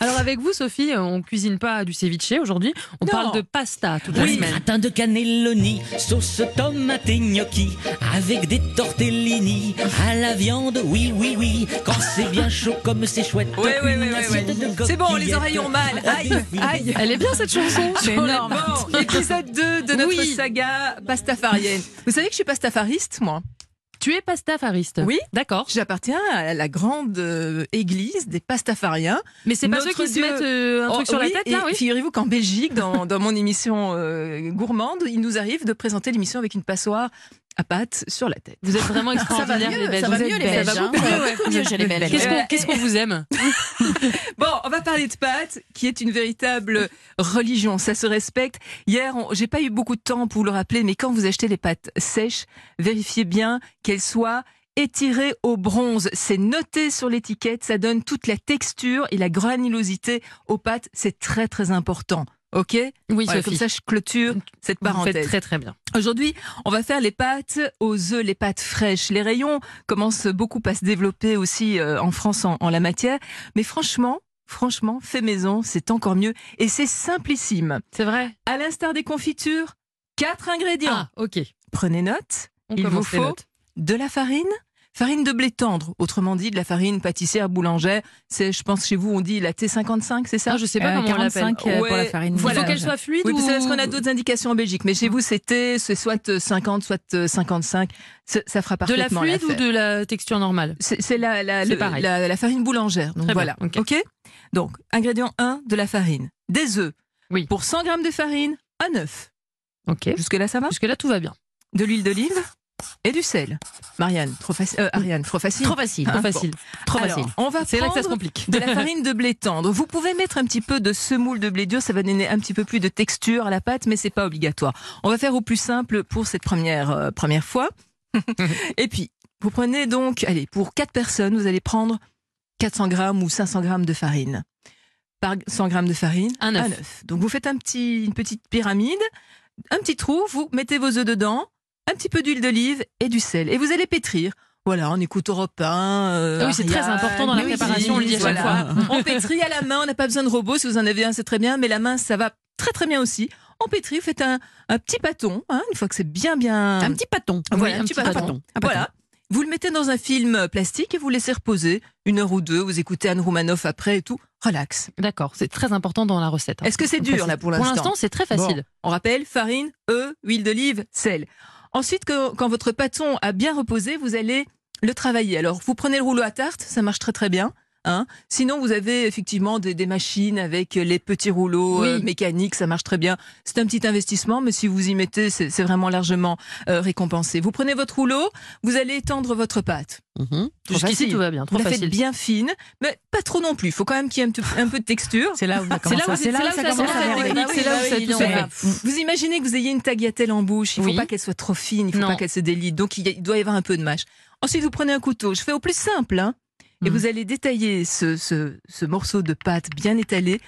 Alors avec vous, Sophie, on cuisine pas du ceviche aujourd'hui. On Non. parle de pasta toute la Oui, semaine. gratin de cannelloni, sauce tomate et gnocchi, avec des tortellini à la viande, oui, oui, oui, quand c'est bien chaud comme c'est chouette. Oui, oui, une oui, oui, assiette oui. de C'est bon, les coquillettes. oreilles ont mal. Ah, Aïe, aïe. Elle est bien cette chanson. C'est Sur la énorme. pâte. Bon, épisode 2 de notre Oui. saga pastafarienne. Vous savez que je suis pastafariste, moi. Tu es pastafariste. Oui. D'accord. J'appartiens à la grande euh, église des pastafariens. Mais c'est pas ceux Notre qui se Dieu. mettent euh, un Oh, truc sur la oui, tête et là, oui. Figurez-vous qu'en Belgique, dans, dans mon émission euh, gourmande, il nous arrive de présenter l'émission avec une passoire à pâte sur la tête. Vous êtes vraiment extraordinaires mieux, les Belges. ça va Vous mieux, êtes les belles. Belges, Ça va hein. beaucoup mieux, Ouais, ouais. beaucoup Vous mieux êtes chez les belles. Belges. Qu'est-ce qu'on Ouais. qu'est-ce qu'on vous aime Bon, on va parler de pâtes, qui est une véritable religion. Ça se respecte. Hier, on- j'ai pas eu beaucoup de temps pour vous le rappeler, mais quand vous achetez des pâtes sèches, vérifiez bien qu'elles soient étirées au bronze. C'est noté sur l'étiquette. Ça donne toute la texture et la granulosité aux pâtes. C'est très, très important. OK Oui, Voilà, Comme Sophie. ça, je clôture cette Vous faites parenthèse. très très bien. Aujourd'hui, on va faire les pâtes aux œufs, les pâtes fraîches. Les rayons commencent beaucoup à se développer aussi euh, en France en, en la matière. Mais franchement, franchement, fait maison, c'est encore mieux. Et c'est simplissime. C'est vrai. À l'instar des confitures, quatre ingrédients. Ah, ok. Prenez note. On Il vous commence les faut notes. De la farine Farine de blé tendre, autrement dit de la farine pâtissière boulangère. C'est, je pense, chez vous, on dit la T55, c'est ça Ah, je sais pas Euh, comment on l'appelle. 45, euh, pour la Ouais, farine. voilà. Il faut qu'elle soit fluide Oui, ou... parce qu'on a d'autres indications en Belgique, mais chez vous c'était c'est soit euh, 50, soit euh, 55. Ça ça fera De la parfaitement fluide ou l'affaire. de la texture normale C'est c'est la, la, C'est le- pareil. la, la farine boulangère. Donc Très voilà. bien, ok. ok Donc, ingrédient 1, de la farine. Des œufs. Oui. Pour 100 grammes de farine, un œuf. Ok. Jusque-là, ça va Jusque-là, tout va bien. De l'huile d'olive et du sel. Marianne, trop facile. Ariane, trop facile. Trop facile. Hein, Trop bon. facile. Trop Alors, facile. On va C'est là que ça se prendre complique. de la farine de blé tendre. Vous pouvez mettre un petit peu de semoule de blé dur, ça va donner un petit peu plus de texture à la pâte, mais c'est pas obligatoire. On va faire au plus simple pour cette première euh, première fois. Et puis, vous prenez donc, allez, pour quatre personnes, vous allez prendre 400 grammes ou 500 grammes de farine. Par 100 grammes de farine, Un œuf. Donc vous faites un petit, une petite pyramide, un petit trou, vous mettez vos œufs dedans, un petit peu d'huile d'olive et du sel, et vous allez pétrir. Voilà, on écoute Europe 1. euh, Ah oui, c'est très Ariane, important dans la Louise, préparation, on le dit à chaque voilà. fois. On pétrit à la main, on n'a pas besoin de robot. Si vous en avez un, c'est très bien, mais la main, ça va très très bien aussi. On pétrit, vous faites un, un petit pâton, hein, une fois que c'est bien bien. petit pâton. Voilà, oui, un petit bâton. Voilà. Vous le mettez dans un film plastique et vous laissez reposer une heure ou deux. Vous écoutez Anne Roumanoff après et tout. Relax. D'accord, c'est très important dans la recette. hein. Est-ce que c'est dur là pour Pour l'instant l'instant, c'est très facile. On rappelle farine, œufs, huile d'olive, sel. Ensuite, que- quand votre pâton a bien reposé, vous allez le travailler. Alors, vous prenez le rouleau à tarte, ça marche très très bien. Hein. Sinon, vous avez effectivement des, des machines avec les petits rouleaux Oui. euh, mécaniques, ça marche très bien. C'est un petit investissement, mais si vous y mettez, c'est c'est vraiment largement euh, récompensé. Vous prenez votre rouleau, vous allez étendre votre pâte. Trop Jusqu'ici, facile. tout va bien. Trop vous la facile. faites bien fine, mais pas trop non plus. Il faut quand même qu'il y ait un, petit- un peu de texture. C'est là où C'est là où c'est là où ça commence à déraper. déraper. Bah oui, C'est là où bah ça oui, tout non, se mais- dérape. Vous imaginez que vous ayez une tagliatelle en bouche, il ne Oui. faut pas qu'elle soit trop fine, il ne faut Non. pas qu'elle se délite, donc il, y a- il doit y avoir un peu de mâche. Ensuite, vous prenez un couteau, je fais au plus simple, hein, et Mhm. vous allez détailler ce, ce- ce morceau de pâte bien étalé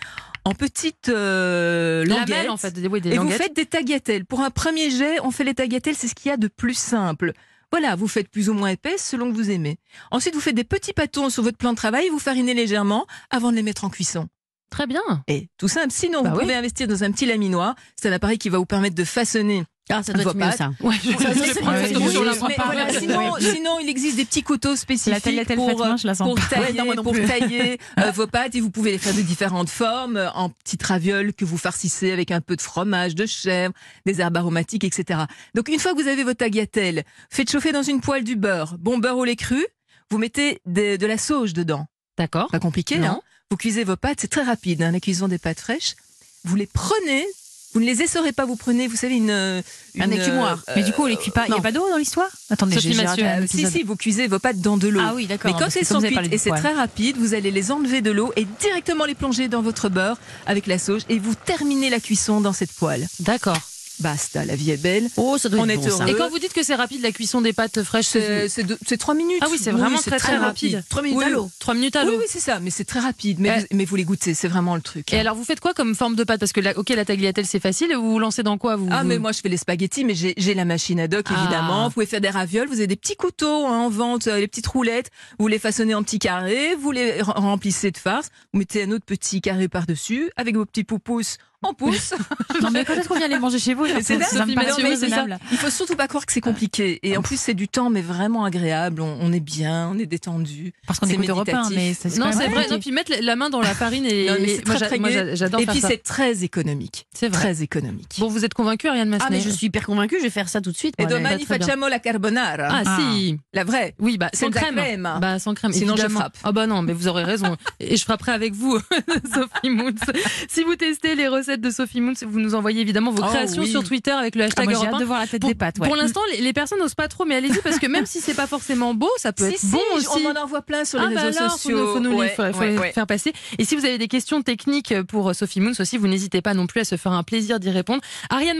en petites euh, languettes. Lamelles, en fait. des- Oui, des Et vous languettes. faites des tagliatelles. Pour un premier jet, on fait les tagliatelles, c'est ce qu'il y a de plus simple. Voilà, vous faites plus ou moins épaisse selon que vous aimez. Ensuite, vous faites des petits pâtons sur votre plan de travail, vous farinez légèrement avant de les mettre en cuisson. Très bien. Et tout simple. Sinon, Bah vous oui. pouvez investir dans un petit laminoir. C'est un appareil qui va vous permettre de façonner. Ah, ça doit Vos être mieux pâtes. ça. Ouais, je- Ça, je c'est sais pas pas, vrai, parce que moi, je- je la je- prends Mais pas. voilà, sinon, sinon, il existe des petits couteaux spécifiques pour, euh, je la hein, pour tailler, non, moi non pour plus. tailler euh, vos pâtes et vous pouvez les faire de différentes formes, euh, en petites ravioles que vous farcissez avec un peu de fromage, de chèvre, des herbes aromatiques, etc. Donc une fois que vous avez vos tagliatelles, faites chauffer dans une poêle du beurre, bon beurre au lait cru, vous mettez des- de la sauge dedans. D'accord. Pas compliqué, Non. hein vous cuisez vos pâtes, c'est très rapide, hein, la cuisson des pâtes fraîches. Vous les prenez, vous ne les essorez pas, vous prenez, vous savez, une. euh, Un une, écumoire. euh, Mais du coup, on les cuit pas. Il n'y non. a pas d'eau dans l'histoire Attendez, Sophie j'ai j'ai raté Massieu. un euh, si, épisode. si, vous cuisez vos pâtes dans de l'eau. Ah oui, d'accord. Mais quand parce que elles sont vous avez cuites, parlé et du c'est poil. très rapide, vous allez les enlever de l'eau et directement les plonger dans votre beurre avec la sauge et vous terminez la cuisson dans cette poêle. D'accord. Basta, la vie est belle. Oh, ça doit On être est bon, ça. Et heureux. quand vous dites que c'est rapide la cuisson des pâtes fraîches, c'est C'est c'est deux- c'est trois minutes. Ah oui, c'est vraiment très, très rapide. Trois minutes Oui, à l'eau. 3 minutes à Oui, l'eau. oui, c'est ça, mais c'est très rapide. Mais, Euh, Eh. vous, mais vous les goûtez, c'est vraiment le truc. Et alors, vous faites quoi comme forme de pâte Parce que la, ok, la tagliatelle c'est facile. Vous vous lancez dans quoi vous Ah, vous- mais moi je fais les spaghettis, mais j'ai j'ai la machine à doc Mhm. Ah. évidemment. Vous pouvez faire des ravioles, vous avez des petits couteaux hein, en vente, euh, les petites roulettes, vous les façonnez en petits carrés, vous les re- remplissez de farce, vous mettez un autre petit carré par-dessus, avec vos petits poupousses en pouce. Non, mais quand est-ce qu'on vient les manger chez vous C'est dingue, Ça me Sophie paraît Mathieu, pas mais c'est ça. raisonnable. Il faut surtout pas croire que c'est compliqué. Et en plus, c'est du temps, mais vraiment agréable. On, on est bien, on est détendu. Parce qu'on C'est écoute Europe 1, méditatif. mais c'est Non, c'est quand même vrai. Non, puis mettre la main dans la farine et Non, mais c'est et- très, j'a- très moi, gai. j'a- j'adore Et faire puis ça. c'est très économique. C'est vrai. Très économique. Bon, vous êtes convaincu, Ariane Massenet Ah, mais je suis hyper convaincue, je vais faire ça tout de suite. Et moi, demain, là. il très bien. facciamo la carbonara. Ah, Ah. si. La vraie. Oui, bah C'est sans de la crème. crème. Bah sans crème. Sinon, je évidemment. frappe. Ah bah non, mais vous aurez raison. Et je frapperai avec vous, Sophie Moons. Si vous testez les recettes de Sophie Moons, vous nous envoyez évidemment vos Oh, créations oui. sur Twitter avec le Ah, hashtag moi, j'ai Europe 1. hâte de voir la tête des pâtes. ouais. Mm. Pour l'instant, les, les personnes n'osent pas trop, mais allez-y parce que même si c'est pas forcément beau, ça peut Si, être si, bon j- aussi. on en envoie plein sur les Ah bah réseaux alors, faut sociaux. nous- faut nous les- Ouais, faut- faut ouais, les ouais. faire passer. Et si vous avez des questions techniques pour Sophie Moons aussi, vous n'hésitez pas non plus à se faire un plaisir d'y répondre. Ariane